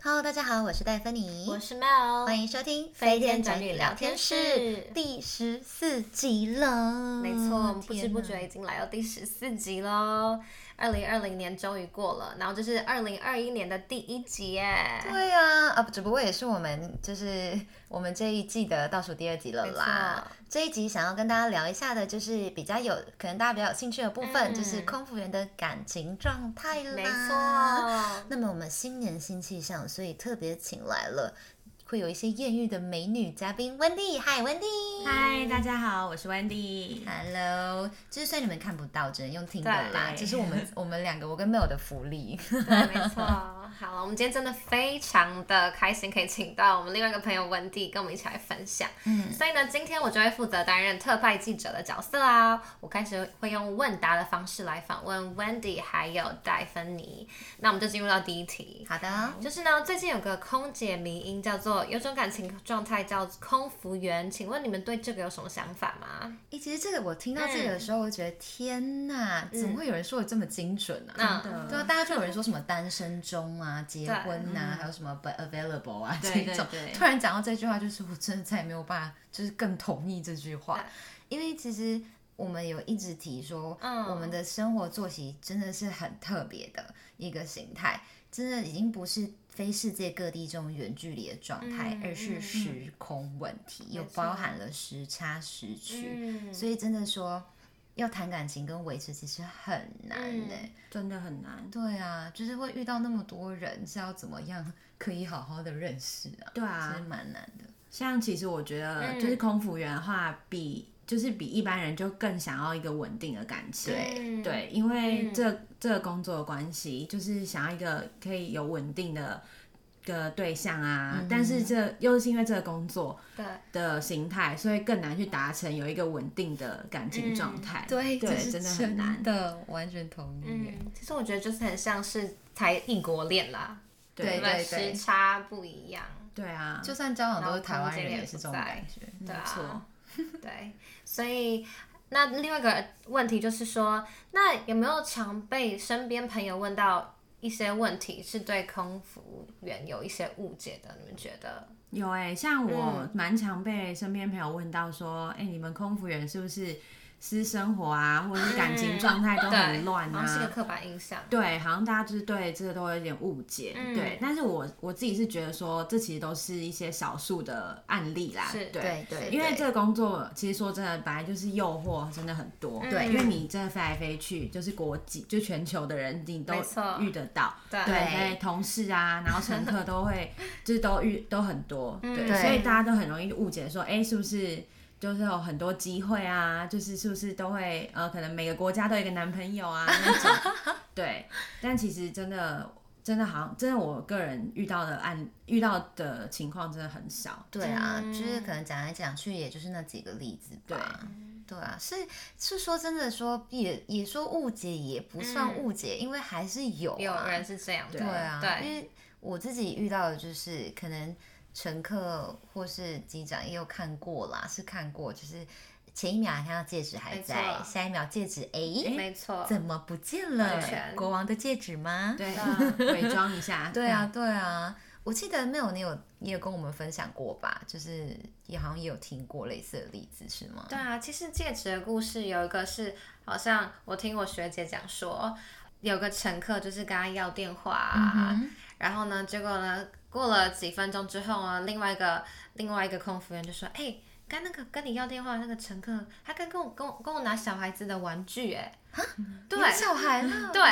Hello，大家好，我是戴芬妮，我是 Mel，嗯欢迎收听《飞天宅女聊天室第十四集了。没错，我们不嗯知天不哪觉已经来到第十四集喽。二零二零年终于过了，然后这是二零二一年的第一集耶。对啊，啊，只不过也是我们就是我们这一季的倒数第二集了啦没。这一集想要跟大家聊一下的，就是比较有可能大家比较有兴趣的部分，嗯就是空服员的感情状态啦。没错，那么我们新年新气象，所以特别请来了会有一些艳遇的美女嘉宾温蒂。嗨，温蒂。嗨，大家好，我是 Wendy。 Hello，就是虽然你们看不到，只能用听的对啦，这是我们我们两个我跟 Mel 的福利。 对，没错。好了，我们今天真的非常的开心，可以请到我们另外一个朋友温蒂跟我们一起来分享。嗯，所以呢，今天我就会负责担任特派记者的角色啦。我开始会用问答的方式来访问 Wendy 还有戴芬妮。那我们就进入到第一题。好的，就是呢，最近有个空姐迷音叫做有种感情状态叫空服员，请问你们对这个有什么想法吗？诶，其实这个我听到这个的嗯时候，我觉得天呐，怎么会有人说的这么精准呢、啊？真的对啊，大家就有人说什么单身中啊、结婚嗯呐、还有什么 but available 啊这对种对对。突然讲到这句话，就是我真的再也没有办法，就是更同意这句话对，因为其实我们有一直提说，嗯我们的生活作息真的是很特别的一个形态，真的已经不是非世界各地这种远距离的状态，嗯而是嗯时空问题，又错包含了时差、时区。嗯，所以真的说，要谈感情跟维持其实很难呢、嗯真的很难。对啊，就是会遇到那么多人，是要怎么样可以好好的认识啊？对啊其实蛮难的。像其实我觉得，嗯就是空服员的话比，就是比一般人就更想要一个稳定的感情。对对，因为嗯这、这个工作的关系，就是想要一个可以有稳定的。的对象啊，但是这又是因为这个工作对，的形态，所以更难去达成有一个稳定的感情状态。这对，是真的真很难。的，我 完全同意耶。嗯，其实我觉得就是很像是才异国恋啦，对因为对对时差不一样，对啊，就算交往都然是后台湾空人，间也也是不这种在感觉。对嗯没错啊，对，所以。那另外一个问题就是说，那有没有常被身边朋友问到一些问题，是对空服员有一些误解的？你们觉得？有哎、像嗯我蛮常被身边朋友问到说，哎、你们空服员是不是私生活啊，或者是感情状态都嗯对，很乱好像是个啊？刻板印象。对，好像大家就是对这个都有点误解，嗯对。但是我我自己是觉得说，这其实都是一些少数的案例啦，是对。对对，因为这个工作，其实说真的，本来就是诱惑真的很多。对因为你真的飞来飞去，就是国际，就全球的人，你都没错遇得到。对对，所以同事啊，然后乘客都 会，就是都遇都很多，对，对所以大家都很容易误解说，哎、是不是？就是有很多机会啊，就是是不是都会呃，可能每个国家都有一个男朋友啊那种， 对。但其实真的真的好像真的我个人遇到的案遇到的情况真的很少，对啊，嗯就是可能讲来讲去，也就是那几个例子吧。对啊，是是说真的说，也也说误解也不算误解，因为还是嗯有、啊、有人是这样的，对啊，对因为我自己遇到的就是可能乘客或是机长也有看过啦，是看过，就是前一秒还看到戒指还没在，错下一秒戒指诶，没错，怎么不见了完全？国王的戒指吗？对啊，伪装一下， 嗯对啊，对啊，我记得没有你有你有跟我们分享过吧？就是也好像也有听过类似的例子是吗？对啊，其实戒指的故事有一个是，好像我听我学姐讲说，有个乘客就是跟他要电话啊、嗯然后呢，结果呢，过了几分钟之后呢，另外一个另外一个空服员就说，哎、刚那个跟你要电话的那个乘客，他刚跟我跟我跟我拿小孩子的玩具、哎，对，有小孩了，对，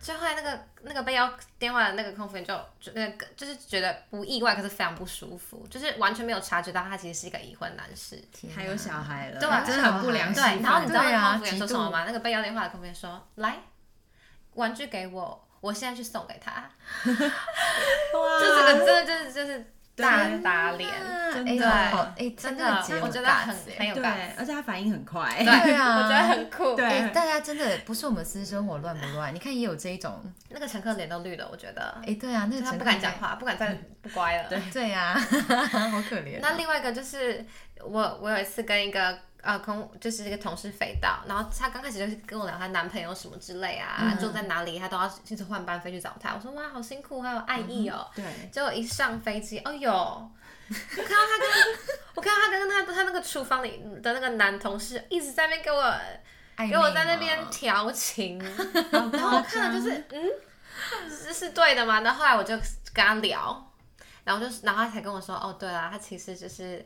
就后来那个那个被要电话的那个空服员就就那个就是觉得不意外，可是非常不舒服，就是完全没有察觉到他其实是一个已婚男士。天还有哪小孩了，对啊真的很不良习对惯，，然后你知道对啊那空服员说什么极吗？那个被要电话的空服员说：“来，玩具给我，我现在去送给他。”就这个真的就是就是大打脸，真真的的哎好哎，真那个的结论我觉得大很致哎很有对感，，而且他反应很快，对啊 我觉得很酷。对哎、 大家真的不是我们私生活乱不乱？你看也有这一种，那个乘客脸都绿了，我觉得哎、对啊，那他个不敢讲，话，不敢再不乖了。 对啊，好可怜。那另外一个就是我，我有一次跟一个呃空就是这个同事飞到，然后她刚开始就是跟我聊她男朋友什么之类啊，住在哪里，她都要一直换班飞去找他。我说哇，好辛苦，还有爱意哦。对，结果一上飞机，哦呦，我看到他跟 我看到他跟他他那个厨房里的那个男同事一直在那边给我暧给我昧在那吗 边调 情，然然后我看了就是，嗯，这是对的吗？然后后来我就跟他聊，然后就是，然后他才跟我说，哦，对啦，他其实就是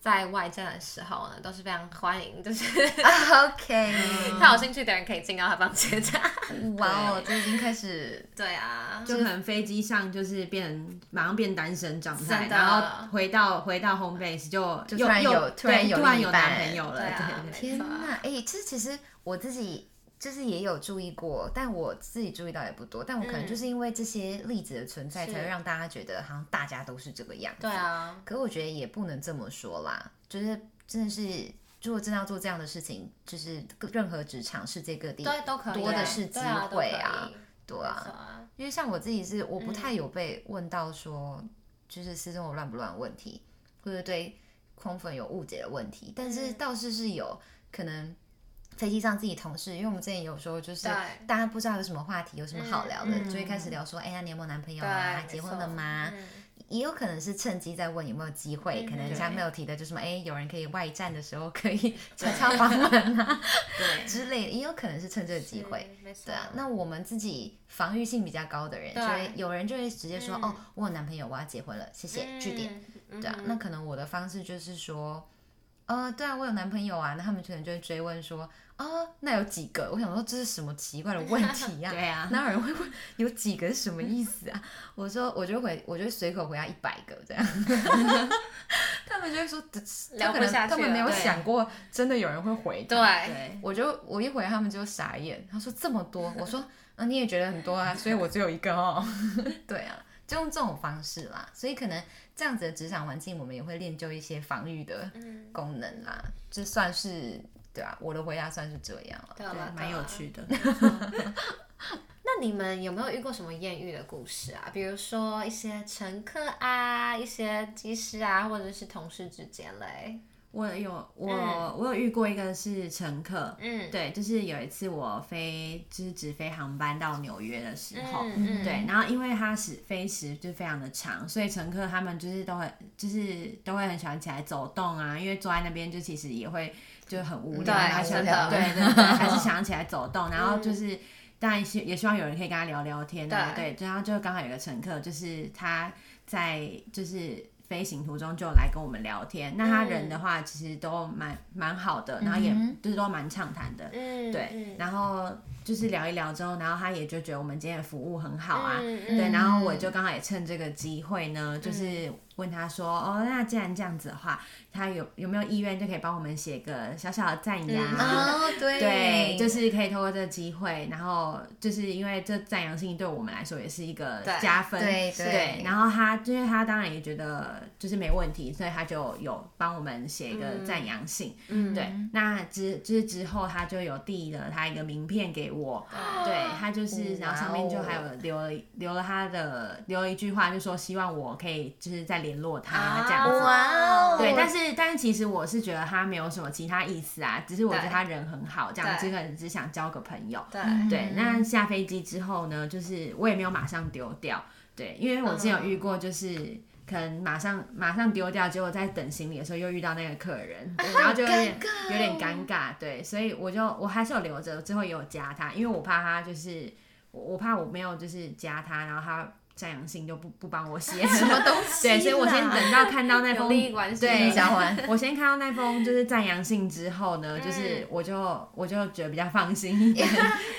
在外站的时候呢，都是非常欢迎，就是啊 OK，他有兴趣的人可以进到他房间这样。哇哦，这已经开始 对啊， 就可能飞机上就是变马上变单身状态，真的然后回到回到 home base 就就突又然有又突然对有突然另一有半男朋友了，对啊对没天错啊呐，哎、其实其实我自己就是也有注意过，但我自己注意到也不多，但我可能嗯就是因为这些例子的存在，是才会让大家觉得好像大家都是这个样子。对，啊，可我觉得也不能这么说啦，就是真的是，如果真的要做这样的事情，就是各任何职场、世界各地，对都可以，多的是对啊机会啊啊，对对啊，啊，因为像我自己是，我不嗯太有被问到说，就是私生活乱不乱的问题，或者对空粉有误解的问题，但嗯是倒是是有可能飞机上自己同事，因为我们之前有时候就是对大家不知道有什么话题，有什么好聊的，嗯嗯就会开始聊说，哎呀，你有没有男朋友对啊？没结婚错了吗？嗯也有可能是趁机在问有没有机会，嗯可能对像没有提的，就什么哎，有人可以外战的时候可 以 悄悄帮忙啊对之类的，也有可能是趁这个机会。，嗯没错对啊，那我们自己防御性比较高的人，就对会有人就会直接说、嗯哦，我有男朋友，我要结婚了，谢谢，据点。，嗯对啊，嗯那可能我的方式就是说，呃，对啊，我有男朋友啊，那他们可能就会追问说，哦，那有几个？我想说这是什么奇怪的问题 呀、对啊哪有人会问有几个是什么意思啊？我说我就回，我就随口回答一百个这 样。他们就会说，这他聊可不能下他去们没了有对想过真的有人会回答。对，对，我就我一回他们就傻眼，他说这么多，我说啊你也觉得很多啊，所以我只有一个哦。 对啊，就用这种方式啦，所以可能这样子的职场环境，我们也会练就一些防御的嗯，功能啦，这算是对啊，我的回答算是这样了。对啊对，蛮有趣。的。那你们有没有遇过什么艳遇的故事啊？比如说一些乘客啊，一些技师啊，或者是同事之间嘞？我有我、嗯我有遇过一个是乘客，嗯，对，就是有一次我飞就是直飞航班到纽约的时候，嗯嗯对，然后因为它时飞时就非常的长，所以乘客他们就是都很就是都会很喜欢起来走动啊，因为坐在那边就其实也会就很无聊，对然后想真的对对对，还是想起来走动，然后就是。当然希也希望有人可以跟他聊聊天啊，对，然后就刚好有个乘客，就是他在就是飞行途中就来跟我们聊天。那他人的话，其实都蛮蛮好的，然后也嗯哼就是都蛮畅谈的，嗯，对。然后就是聊一聊之后，然后他也就觉得我们今天的服务很好啊，嗯嗯对。然后我就刚好也趁这个机会呢，就是问他说，哦，那既然这样子的话，他有有没有意愿就可以帮我们写个小小的赞扬嗯啊？ 哦，对对，就是可以透过这个机会，然后就是因为这赞扬性对我们来说也是一个对加分，对是对对，然后他因为他当然也觉得就是没问题，所以他就有帮我们写一个赞扬信。嗯对，那之之之后他就有递了他一个名片给我，啊对他就是，然后上面就还有留了留了他的留了一句话，就说希望我可以就是再联络啊他这样子。哇哦对，我但是但是其实我是觉得他没有什么其他意思啊，只是我觉得对他人很好，这样对只可能只想交个朋友。对，对，那下飞机之后呢，就是我也没有马上丢掉，对，因为我之前有遇过，就是。可能马上马上丢掉，结果在等行李的时候又遇到那个客人，对然后就有点尴尬哦有点尴尬，对，所以我就我还是有留着，之后也有加他，因为我怕他就是我我怕我没有就是加他，然后他张扬信就不不帮我写什么东西，对，所以我先等到看到那有封利益关系，对交换。我先看到那封就是赞扬信之后呢，就是嗯我就我就觉得比较放心一点，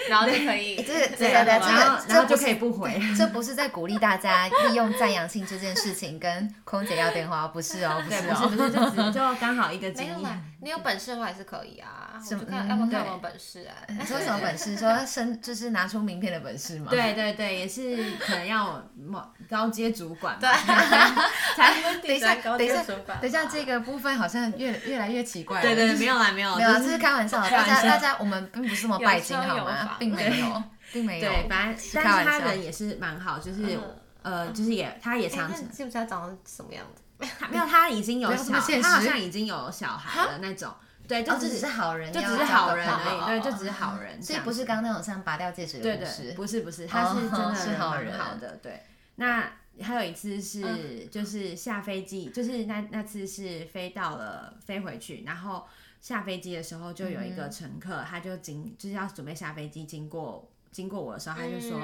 然后就可以，这个这对，个的然后这个然这后不就是可以不回。这不是在鼓励大家利用赞扬性这件事情跟空姐要电话，不是哦，不对，是不是哦，不是，就只就刚好一个经没有啦验。，你有本事的话也是可以啊，我什么就看要不要看有对没有本事啊。 你说什么本事？说生 就是拿出名片的本事吗？对对对，也是可能要某高阶主管嘛，才等一下，高等一阶下，主管吧等一下，这个部分好像越越来越奇怪了。对对，对没有啦没有，没有啊，就这是是开玩笑的。开大玩家笑大家，我们并不是什么拜金有车有好吗房？并没有，并没有。对，反正开但玩是他笑人也是蛮好，就是呃，就是也他也嗯哎常那你记不记得他长得什么样子？没有他已经有不要这么小，现实他好像已经有小孩了那种。对，就哦，只这只是好人，就要只是交个好人朋友而已，对，就只是哦好人，所以不是刚。刚刚那种像拔掉戒指的对故对，事，不是不是，他是真哦的是人好蛮人嗯好的，对。那还有一次是，就是下飞机，就是那那次是飞到了飞回去，然后下飞机的时候就有一嗯个乘客，他就经就是要准备下飞机，经过经过我的时候，他就说，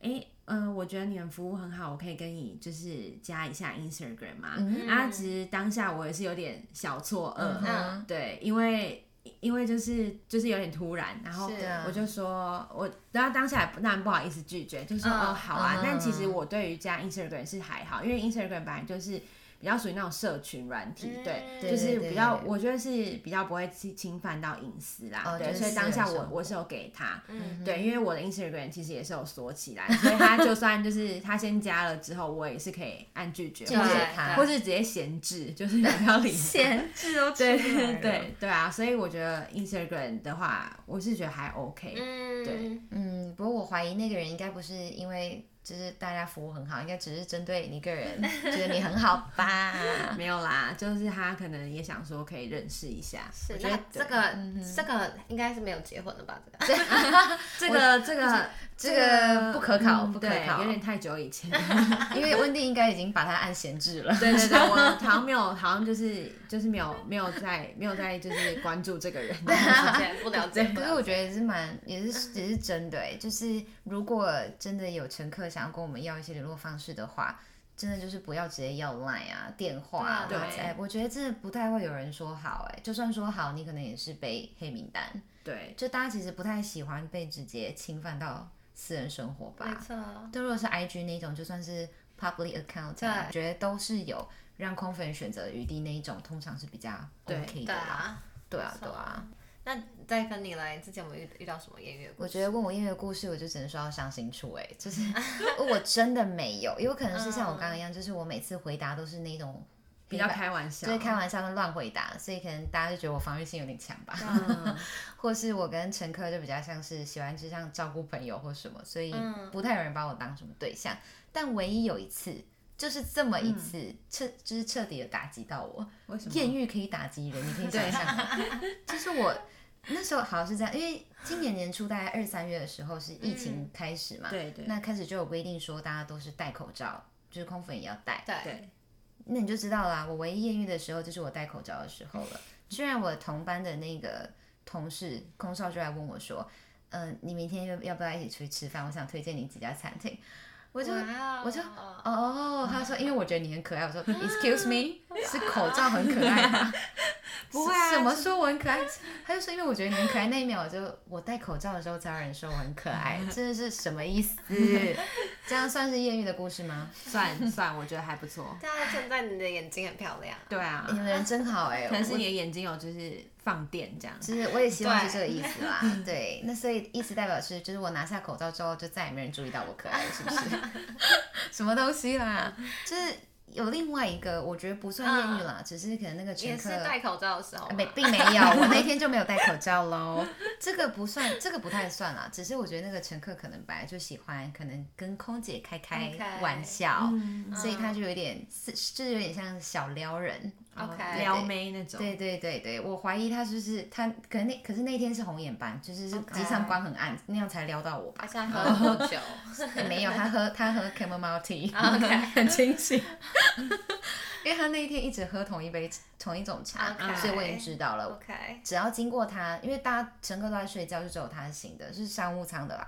哎、嗯、我觉得你们服务很好，我可以跟你就是加一下 Instagram 嘛。嗯啊，其实当下我也是有点小错呃愕，嗯哼嗯对，因为因为就是就是有点突然，然后是啊我就说，我然后当下也不当然不好意思拒绝，就说、嗯哦好啊嗯。但其实我对于加 Instagram 是还好，因为 Instagram 本来就是比较属于那种社群软体，嗯对，对就是对比较对我觉得是比较不会侵侵犯到隐私啦，哦对，就是所以当下私人我生活我是有给他。嗯对，因为我的 Instagram 其实也是有锁起来，所以他就算就是他先加了之后，我也是可以按拒绝，拒或绝是他或是直接闲置，就是也 不要理他。闲置都出来对了对，对对啊，所以我觉得 Instagram 的话，我是觉得还 OK。嗯，对嗯，不过我怀疑那个人应该不是因为就是大家服务很好，应该只是针对你个人，觉得你很好 吧？没有啦，就是他可能也想说可以认识一下。是我觉那得这个嗯这个应该是没有结婚的吧？ 这个这个这个这个不可考，嗯不可对考有，点太久以前了。因为温蒂应该已经把它按闲置了。对对对，我好像没有，好像就是就是没有没有在没有在就是关注这个人。了解 不 了解？啊可是我觉得也是蛮，也是也是真的哎、就是如果真的有乘客想要跟我们要一些联络方式的话，真的就是不要直接要 Line 啊、电话啊、对哎，我觉得真的不太会有人说好哎、就算说好，你可能也是被黑名单。对，就大家其实不太喜欢被直接侵犯到私人生活没吧。错，就如果是 IG 那种，就算是 public account，、啊、对觉得都是有让空粉选择余地那一种，通常是比较 OK 对的啦。啊，对啊，没对错啊。。那再跟你来之前，我们遇遇到什么艳遇？我觉得问我音乐故事，我就只能说到伤心处哎、欸，就是我真的没有，也有可能是像我刚刚一样，就是我每次回答都是那种比较开玩笑。就是开玩笑跟乱回答，所以可能大家就觉得我防御性有点强吧，嗯或是我跟乘客就比较像是喜欢就像照顾朋友或什么，所以嗯不太有人把我当什么对象。但唯一有一次，就是这么一次彻、就是彻底的打击到我，为什么？ 艳遇可以打击人，你可以想象吗， 就是我那时候好像是这样，因为今年年初大概二三月的时候是疫情开始嘛，嗯对对那开始就有规定说大家都是戴口罩，就是空服也要戴， 对，对，那你就知道啦。我唯一艳遇的时候就是我戴口罩的时候了，居然我同班的那个同事空少就来问我说，嗯、你明天要要不要一起出去吃饭？我想推荐你几家餐厅，我就哇哦我就哦，他说因为我觉得你很可爱， 我说 Excuse me，是口罩很可爱吗？不会啊怎么说我很可爱？他就说因为我觉得你很可爱，那一秒我就我戴口罩的时候才有人说我很可 爱，真的是什么意思？这样算是艳遇的故事吗？算算，我觉得还不错。但是现在你的眼睛很漂亮。对啊，你们人真好哎、可能是我你的眼睛有就是放电这样。就是我也希望是这个意思 啦。对，那所以意思代表是，就是我拿下口罩之后，就再也没人注意到我可爱了，是 不是？什么东西啦？就是有另外一个，我觉得不算艳遇嗯啦，只是可能那个乘也客是戴口罩的时候吗，没，并没有，我那天就没有戴口罩喽。这个不算，这个不太算啦。只是我觉得那个乘客可能本来就喜欢，可能跟空姐开开 OK 玩笑嗯所以他就有点是，就是有点像小撩人。哦 OK 撩妹那种。对对对对，我怀疑他就是他，可能那可是那天是红眼班，就是是 OK 机上光很暗那样才撩到我吧他？现在喝哦了多 久？没有，他喝他喝 chamomile tea，啊 OK 很清醒。因为他那一天一直喝同一杯同一种茶 OK 所以我已经知道了。 OK，只要经过他，因为大家乘客都在睡觉，就只有他是醒的，是商务舱的啦，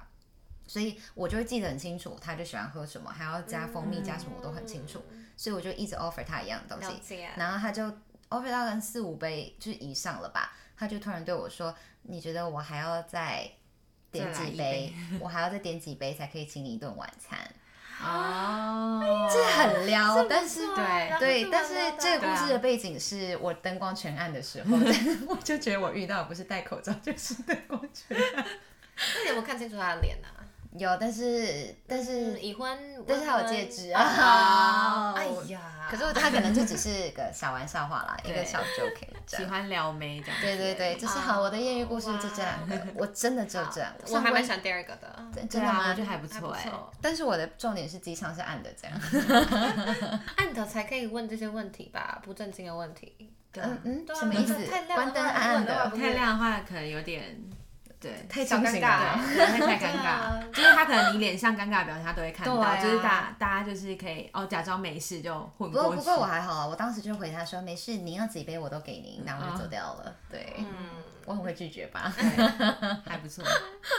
所以我就会记得很清楚，他就喜欢喝什么，还要加蜂蜜加什么，我都很清楚，所以我就一直 offer 他一样的东嗯了西，解。然后他就 offer 到跟四五杯就是以上了吧，他就突然对我说：“你觉得我还要再点再来几一杯？ 我还要再点几杯才可以请你一顿晚 餐？”哦，这很撩，但是错对然后对，就但蛮是撩的这个故事对啊的背景是我灯光全暗的时候，但是我就觉得我遇到的不是戴口罩，就是灯光全暗。那你有没有看清楚他的脸啊？有，但是但是嗯，已婚，但是他有未戒婚指 啊啊！哎呀，可是他可能就只是个小玩笑话啦，一个小 joking 这 喜样。欢撩妹这样子。啊对对对，就是好，我的艳遇故事就这两个，我真的只有这两个。 我还蛮上想第二个的，班对真的欸啊，我吗觉得？还不还错哎、错 但是我的重点是机场是暗的，这样。暗的才可以问这些问题吧，不正经的问题。对啊嗯嗯，对啊什么意思那太亮？的话关灯暗暗关灯的话的不，太亮的话可能有点对。太小清尴醒尬了。对，太尴 对啊尬，就是他可能你脸上尴尬的表情，他都会看对到，啊就是大大家就是可以哦，假装没事就混不过过去。不 过我还好啊，我当时就回他说没事，你要几杯我都给您，然后我就走掉了。对，嗯，我很会拒绝吧？对还不错，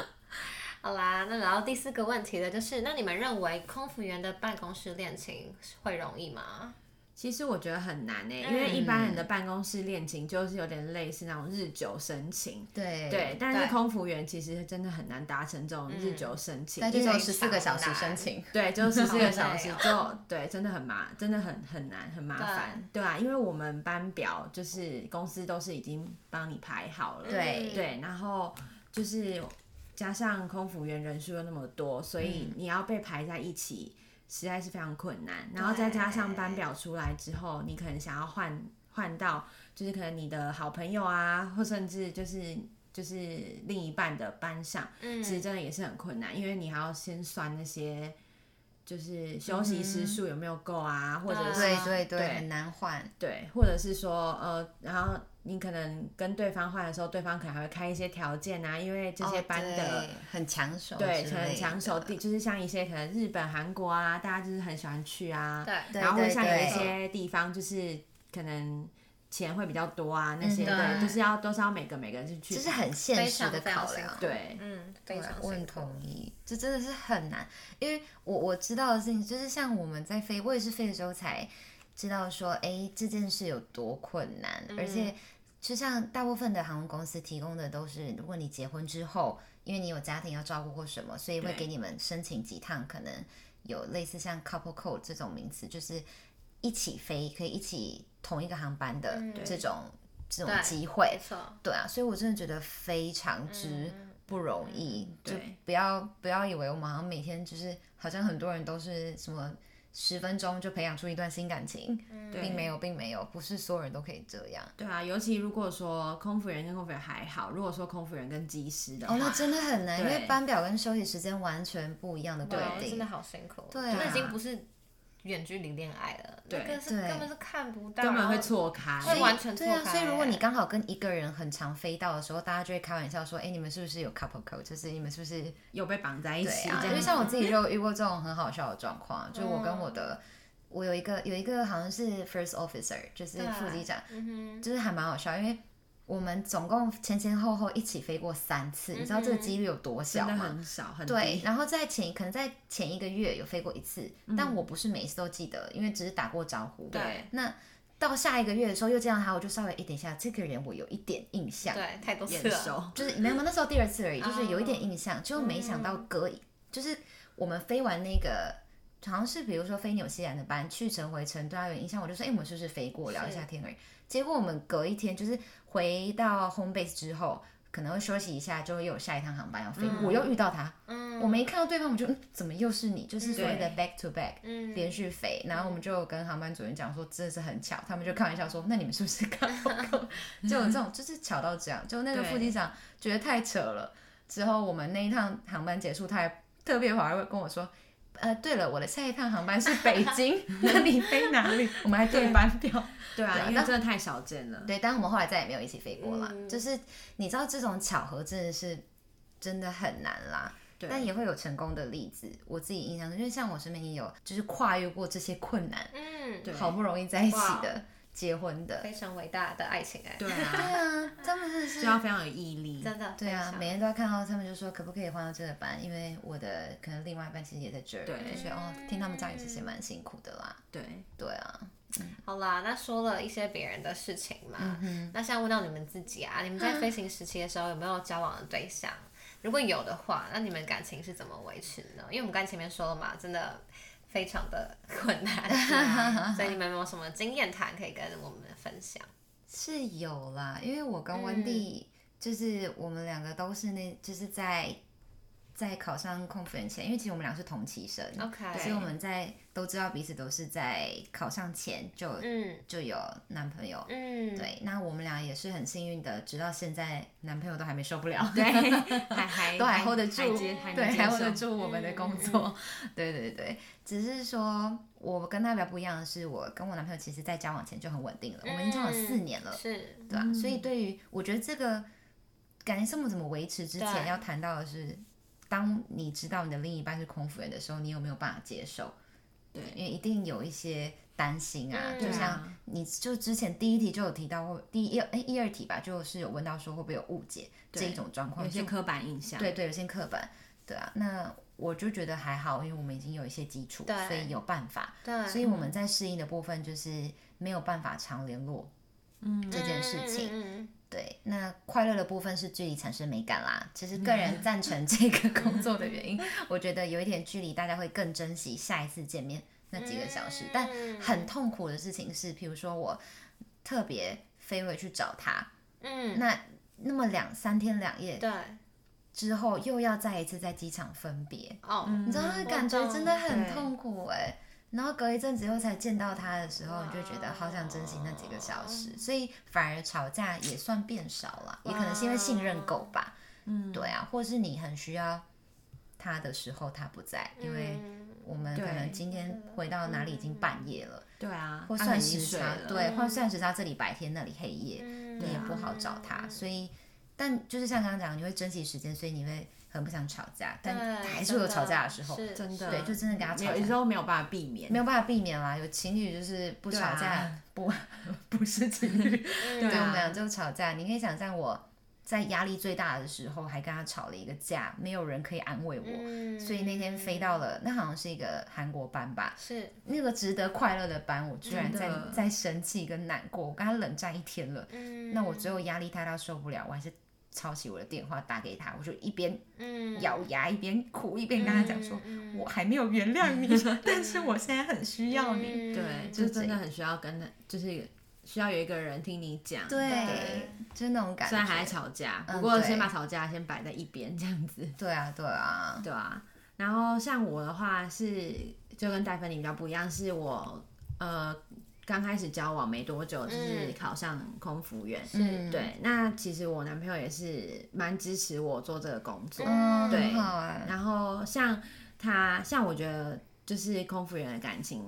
好啦，那然后第四个问题的就是，那你们认为空服员的办公室恋情会容易吗？其实我觉得很难呢、嗯因为一般人的办公室恋情就是有点类似那种日久生情。对嗯对，但是对空服员其实真的很难达成这种日久生情，那就因为有十四个小时申请。对，就十四好累个哦小时就对，真的很麻，真的很很难，很麻烦，对啊，因为我们班表就是公司都是已经帮你排好了，对嗯，对，然后就是加上空服员人数又那么多，所以嗯你要被排在一起，实在是非常困难。然后再加上班表出来之后，你可能想要换换到，就是可能你的好朋友啊，或甚至就是就是另一半的班上，嗯其实真的也是很困难，因为你还要先算那些。就是休息时数有没有够啊，或者嗯是对对对，对很难换。对，或者是说呃，然后你可能跟对方换的时候，对方可能还会开一些条件啊，因为这些班的、哦对很抢手哦之类的，对可能抢手地，就是像一些可能日本、韩国啊，大家就是很喜欢去啊，对对然后或者像有一对些地方就是可能钱会比较多啊，那些、嗯对，对就是要都是要每个每个人去这去，是很现非实常的非常考辛量苦。对嗯，非对啊常，我辛很苦同意，这真的是很难，因为我我知道的事情就是像我们在飞，我也是飞的时候才知道说，哎，这件事有多困难，而嗯且就像大部分的航空公司提供的都是，如果你结婚之后，因为你有家庭要照顾或什么，所以会对给你们申请几趟，可能有类似像 couple code 这种名词，就是一起飞，可以一起同一个航班的嗯这种、这种对机会没。错，对啊，所以我真的觉得非常之嗯不容易。对就不要不要以为我们好像每天就是好像很多人都是什么十分钟就培养出一段新感情，嗯并没有，并没有，不是所有人都可以这样。对啊，尤其如果说空服员跟空服员还好，如果说空服员跟机师的话，哦，那真的很难，因对为班表跟休息时间完全不一样的规哇真的定。好辛苦，对啊那已经不是远距离恋爱了，对那个是对根本是看不到，根本会然后错开，会完全错对开哦啊，所以如果你刚好跟一个人很常飞到的时候，大家就会开玩笑说：“哎，你们是不是有 couple code？就是你们是不是又被绑在一对起，啊，因这样为子像我自己就有遇过这种很好笑的状况，就我跟我嗯的，我有一个有一个好像是 first officer，就是副机长，嗯就是还蛮好笑，因为我们总共前前后后一起飞过三次，你知道这个几率有多嗯真小的吗？很少，很对，啊低然后在前可能在前一个月有飞过一次，嗯但我不是每一次都记得，因为只是打过招呼。对，那到下一个月的时候又见到他，我就稍微一等一下，这个人我有一点印象哼，，对，太多次眼了，熟。就是没有，那时候第二次而已，哦嗯就是有一点印象，就没想到隔一，就是我们飞完那个。好像是比如说飞纽西兰的班，去程回程对他有印象，我就说，哎、我们是不是飞过聊一下天而已？结果我们隔一天就是回到 home base 之后，可能会休息一下，就会有下一趟航班要飞。我又遇到他，嗯我们一看到对方，我就嗯，怎么又是你？就是所谓的 back to back，、嗯，连续飞，然后我们就跟航班主任讲说，真的是很巧，他们就开玩笑说，那你们是不是刚好就有这种，就是巧到这样，就那个对副机长觉得太扯了。之后我们那一趟航班结束，他还特别跑来问跟我说。呃，对了，我的下一趟航班是北京，那你飞哪里？我们还对班表。对啊对，啊因为那真的太少见了。对，但我们后来再也没有一起飞过啦。嗯就是你知道这种巧合真的是真的很难啦。对，但也会有成功的例子。我自己印象中，因为像我身边也有，就是跨越过这些困难，嗯，对好不容易在一起哇的、结婚的，非常伟大的爱情哎，对对 啊，啊，他们真的。就是要非常有毅力。真的，对啊，非常每天都要看到他们就说可不可以换到这个班，因为我的可能另外一班其实也在这儿，对就觉得哦，听他们讲也其实蛮辛苦的啦。对，对啊，好啦，那说了一些别人的事情嘛，嗯那现在问到你们自己啊，你们在飞行时期的时候有没有交往的对象？如果有的话，那你们感情是怎么维持呢？因为我们刚才前面说了嘛，真的非常的 困难，所以你们有没有什么经验谈可以跟我们分享？是有嗯啦，因为我跟温蒂、就是我们两个都是那，就是在在考上空服员前，因为其实我们俩是同期生 OK 所以我们在都知道彼此都是在考上前就、嗯就有男朋友。嗯，，对，那我们俩也是很幸运的，直到现在男朋友都还没受不了，对，还还都还 hold 得住，接还能 对，接还 hold 受嗯得住我们的工作。 对对对，只是说我跟他比较不一样的是，我跟我男朋友其实在交往前就很稳定了，我们已经交往嗯四年了，是对吧、所以对于我觉得这个感情生活怎么维持之前，对要谈到的是，当你知道你的另一半是空服员的时候，你有没有办法接受？对因为一定有一些担心啊，嗯就对像啊你就之前第一题就有提到，会第一哎一二题吧，就是有问到说会不会有误解这一种状况，有些就刻板印象，对对，有些刻板，对啊。那我就觉得还好，因为我们已经有一些基础，对所以有办法。对，所以我们在适应的部分就是没有办法常联络，嗯，这件事情。情，对，那快乐的部分是距离产生美感啦。其实个人赞成这个工作的原因，我觉得有一点距离，大家会更珍惜下一次见面那几个小时。嗯但很痛苦的事情是，比如说我特别飞回去找他，嗯，那那么两三天两夜对，之后，又要再一次在机场分别，哦，你知道那感觉真的很嗯对痛苦哎、然后隔一阵子后才见到他的时候，哇你就觉得好想珍惜那几个哦小时，所以反而吵架也算变少了，也可能是因为信任够吧。嗯，对啊，或是你很需要他的时候他不在，因为嗯我们可能嗯对今天回到哪里已经半夜了，对啊，或他算很易时睡差了，嗯对，或嗯算时差这里白天那里黑夜，你也不好找嗯啊他，所以，但就是像刚刚讲，你会珍惜时间，所以你会很不想吵架，但还是会有吵架的时候，真真的对，就真的跟他没吵有有时架，候没有办法避免，没有办法避免啦。有情侣就是不吵对架， 啊不不是情侣，对对啊我们俩就吵架。你可以想象我在压力最大的时候，还跟他吵了一个架，没有人可以安慰我。嗯嗯所以那天飞到了，那好像是一个韩国班吧，是那个值得快乐的班，我居然真在的在生气跟难过，我跟他冷战一天了。嗯嗯那我最后压力太大受不了，我还是抄起我的电话打给他，我就一边嗯咬牙一边哭，一边跟他讲说，我还没有原谅 你，但是我现在很嗯需要你。对，就就这真的很需要跟他，就是需要有一个人听你讲，对，就是那种感觉。虽然还在吵架，嗯不过对先把吵架先摆在一边，这样子，对啊，对啊，对啊。然后像我的话是，就跟戴芬妮比较不一样，是我呃刚开始交往没多久，就是嗯考上空服员，嗯，对。那其实我男朋友也是蛮支持我做这个工作，嗯，对很好哎，然后像他，像我觉得就是空服员的感情，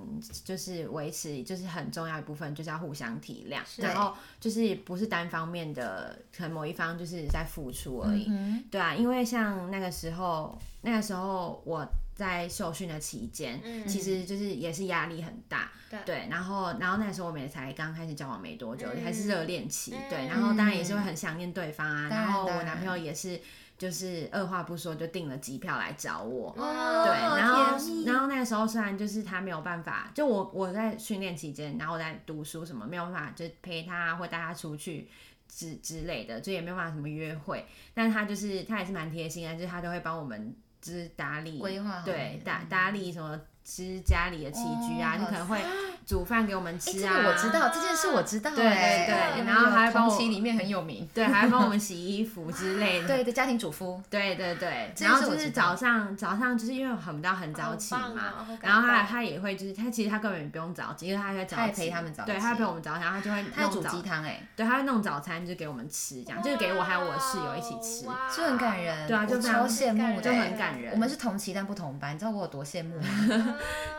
就是维持就是很重要一部分，就是要互相体谅，是然后就是不是单方面的，可能某一方就是在付出而已。嗯对啊，因为像那个时候，那个时候我在受训的期间，嗯其实就是也是压力很大，对然后然后那时候我们也才刚开始交往没多久，嗯还是热恋期，嗯对，然后当然也是会很想念对方啊，当然然后当我然男朋友也是就是二话不说就订了机票来找我，哦对，好然后甜蜜哦然后那个时候虽然就是他没有办法，就我我在训练期间，然后我在读书什么没有办法，就陪他或带他出去之之类的，就也没有办法什么约会，但他就是他也是蛮贴心的，就是他都会帮我们就是打理规划好嗯你对的打打理什么吃家里的起居啊，哦就可能会煮饭给我们哎，吃这啊，个我知道，这件事我知道哎，对对对然后还帮同我期里面很有名，对，还会帮我们洗衣服之类的， 对对，家庭主妇，对对对，这然是后我就知是道早上早上就是因为我们到很早起好棒哦嘛，好然后感他动他也会就是他其实他根本也不用早起，因为他在早他也起陪他们早对，起他会陪我们早起，然后他就会他弄煮鸡早，汤哎，对，他会弄早餐就给我们吃，这样就是给我还有我室友一起吃，就很感人，对啊就我非超常羡慕的，就很感人。我们是同期但不同班，你知道我有多羡慕吗？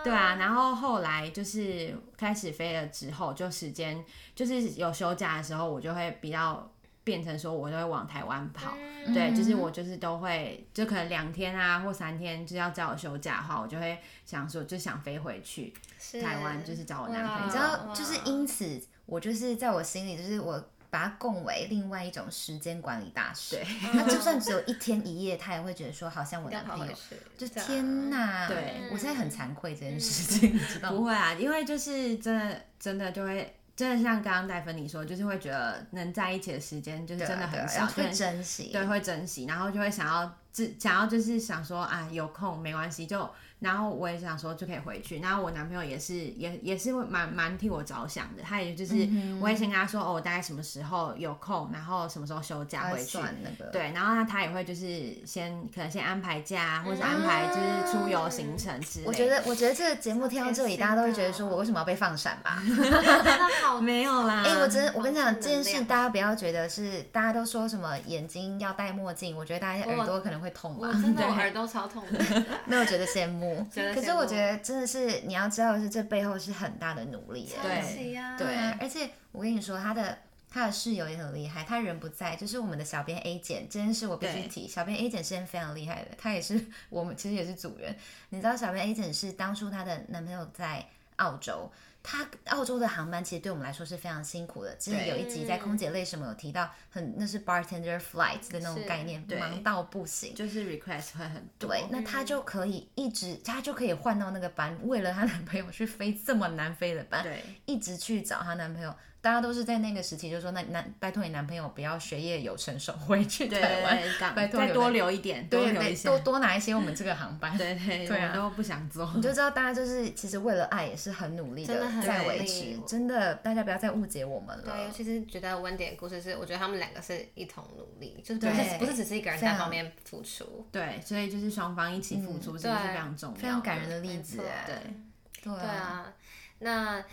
对啊，然后后来就是开始飞了之后，就时间就是有休假的时候，我就会比较变成说，我就会往台湾跑。嗯对，就是我就是都会，就可能两天啊或三天，就是要叫我休假的话，我就会想说就想飞回去台湾，就是找我男朋友。你知道，就是因此，我就是在我心里，就是我把它供为另外一种时间管理大师。 对，他就算只有一天一夜，他也会觉得说好像我男朋友。就天 哪，哪！对嗯我现在嗯很惭愧这件事情，你知道不吗？会啊，因为就是真的真的就会。真的像刚刚戴芬妮说，就是会觉得能在一起的时间就是对啊 真的对啊很要少，会跟珍惜。对，会珍惜，然后就会想要自想要就是想说啊，有空没关系，就然后我也想说就可以回去，然后我男朋友也是也也是会蛮蛮替我着想的，他也就是、嗯我也先跟他说哦，我大概什么时候有空，然后什么时候休假他回会去，啊算那个，对，然后他他也会就是先可能先安排假，或者是安排就是出游行程之类的。我觉得我觉得这个节目听到这里，大家都会觉得说天我为什么要被放闪 吧？真的好没有啦，哎、我真的我跟你好讲正这件能事，量大家不要觉得是大家都说什么眼睛要戴墨镜，我觉得大家耳朵可能会痛我吧。真的 我对耳朵超痛的没有觉得羡慕， 觉得可羡是慕我觉得真的是你要知道的是，这背后是很大的努力耶。对是呀对啊，而且我跟你说，他的他的室友也很厉害，他人不在，就是我们的小编 A 简，这件事我必须对提。小编 A 简是非常厉害的，她也是 我们其实也是组员。你知道小编 A 简是当初她的男朋友在澳洲，她澳洲的航班其实对我们来说是非常辛苦的。之前对有一集在空姐类什么有提到很那是 bartender flight 的那种是概念，对忙到不行。就是 request 会很多。对，那她就可以一直，她就可以换到那个班，为了她男朋友去飞这么难飞的班。对一直去找她男朋友，大家都是在那个时期就说，那男拜托你男朋友不要学业有成，手回去对台湾，对，港拜托再留多在留一点，多对留一对，些。多多拿一些我们这个航班。对 对，对啊我都不想做。你就知道，大家就是其实为了爱也是很努力真的很在努维力持，我真的，大家不要再误解我们对，尤了。其是觉得温迪的故事是，我觉得他们两个是一同努力，就是不对是不是只是一个人非单常方面付出，对，所以就是双方一起付出，真的是对非常重要嗯的，啊非常感人的例没子错哎对对对啊，那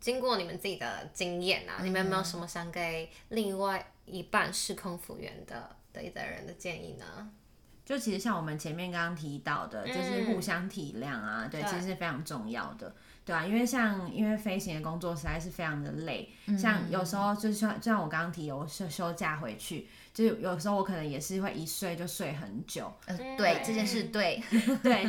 经过你们自己的经验啊，你们有没有什么想给另外一半是空服员的的一个人的建议呢？就其实像我们前面刚刚提到的，嗯就是互相体谅啊，对，对其实是非常重要的，对啊，因为像因为飞行的工作实在是非常的累，嗯像有时候就像就像我刚刚提，有休休假回去，就是有时候我可能也是会一睡就睡很久，呃对这件事，对，对，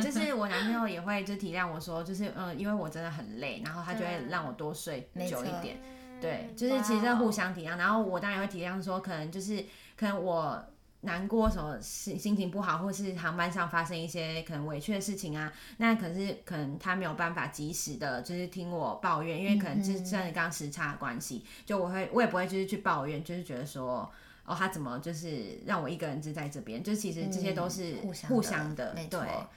就是我男朋友也会就体谅我说，就是嗯、呃因为我真的很累，然后他就会让我多睡没久一错点，嗯对，就是其实哇在哦互相体谅，然后我当然会体谅说，可能就是可能我难过什么心心情不好，或是航班上发生一些可能委屈的事情啊，那可是可能他没有办法及时的，就是听我抱怨，嗯因为可能就是真的刚时差的关系，就我会我也不会就是去抱怨，就是觉得说。哦，他怎么就是让我一个人就在这边？就其实这些都是嗯互相互的相的，没对错，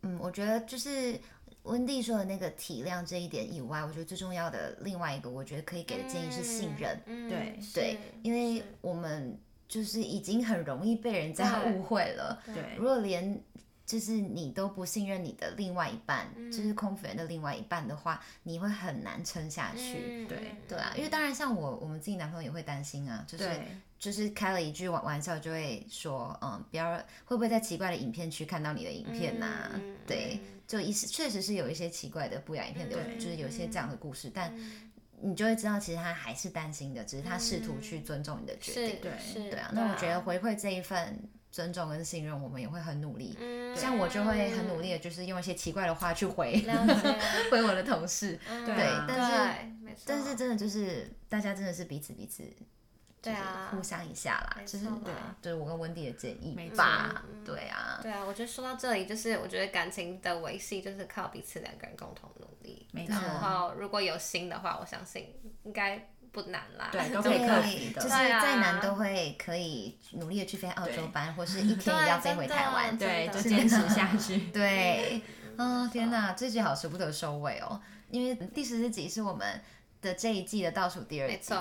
嗯，我觉得就是温蒂说的那个体谅这一点以外，我觉得最重要的另外一个，我觉得可以给的建议是信任。，嗯对对，因为我们就是已经很容易被人家对误会了。对如果连就是你都不信任你的另外一半，嗯就是空服员的另外一半的话，你会很难撑下去。去对对啊，因为当然像我，我们自己男朋友也会担心啊，就是对就是开了一句玩玩笑，就会说，嗯，不要会不会在奇怪的影片区看到你的影片呐、嗯嗯嗯对，就一是确实是有一些奇怪的不雅影片流，对就是有一些这样的故事，但你就会知道，其实他还是担心的，只是他试图去尊重你的决定。对嗯是对啊，那我觉得回馈这一份尊重跟信任，我们也会很努力。嗯像我就会很努力的，就是用一些奇怪的话去回了解， 回我的同事。嗯对啊但对没错但是真的就是大家真的是彼此彼此对就是啊，互相一下啦，没就错是啦对，就是我跟温迪的建议没错吧嗯，对啊，对啊，我觉得说到这里，就是我觉得感情的维系就是靠彼此两个人共同努力。没错然后如果有心的话，我相信应该不难啦。对都对，可以克服就的是对啊再难都会可以努力的去飞澳洲班，或 是一天对也要飞回台湾真，的对，就真的坚持下去。对，嗯、天哪，这集好舍不得收尾哦，因为第十四集是我们的这一季的倒数第二集。没错，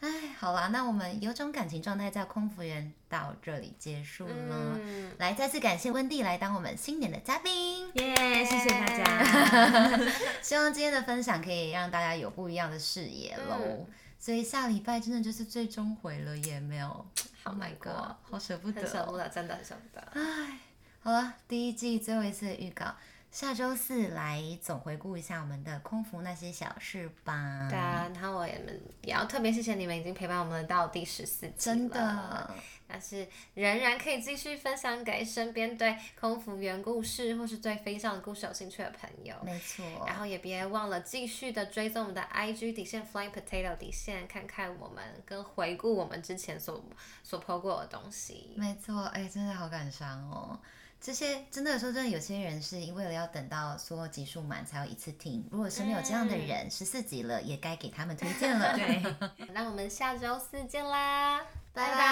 哎，好啦，那我们有种感情状态叫空服员到这里结束了。嗯，来，再次感谢温蒂来当我们新年的嘉宾，耶、谢谢大家，希望今天的分享可以让大家有不一样的视野喽。嗯所以下礼拜真的就是最终回了，也没有。好难过，好舍不得很舍哦、不得，真的很舍不得。好了，第一季最后一次的预告，下周四来总回顾一下我们的空服那些小事吧。对啊，然后我也们也要特别谢谢你们已经陪伴我们到第十四集了真的，但是仍然可以继续分享给身边对空服员故事或是对飞上的故事有兴趣的朋友。没错。然后也别忘了继续的追踪我们的 IG 底线 Flying Potato 底线，看看我们跟回顾我们之前所所 po 过的东西。没错，哎、真的好感伤哦。这些真的说真的，有些人是为了要等到所有集数满才要一次听。如果身边有这样的人，嗯十 四集了，也该给他们推荐了。对。那我们下周四见啦，拜拜拜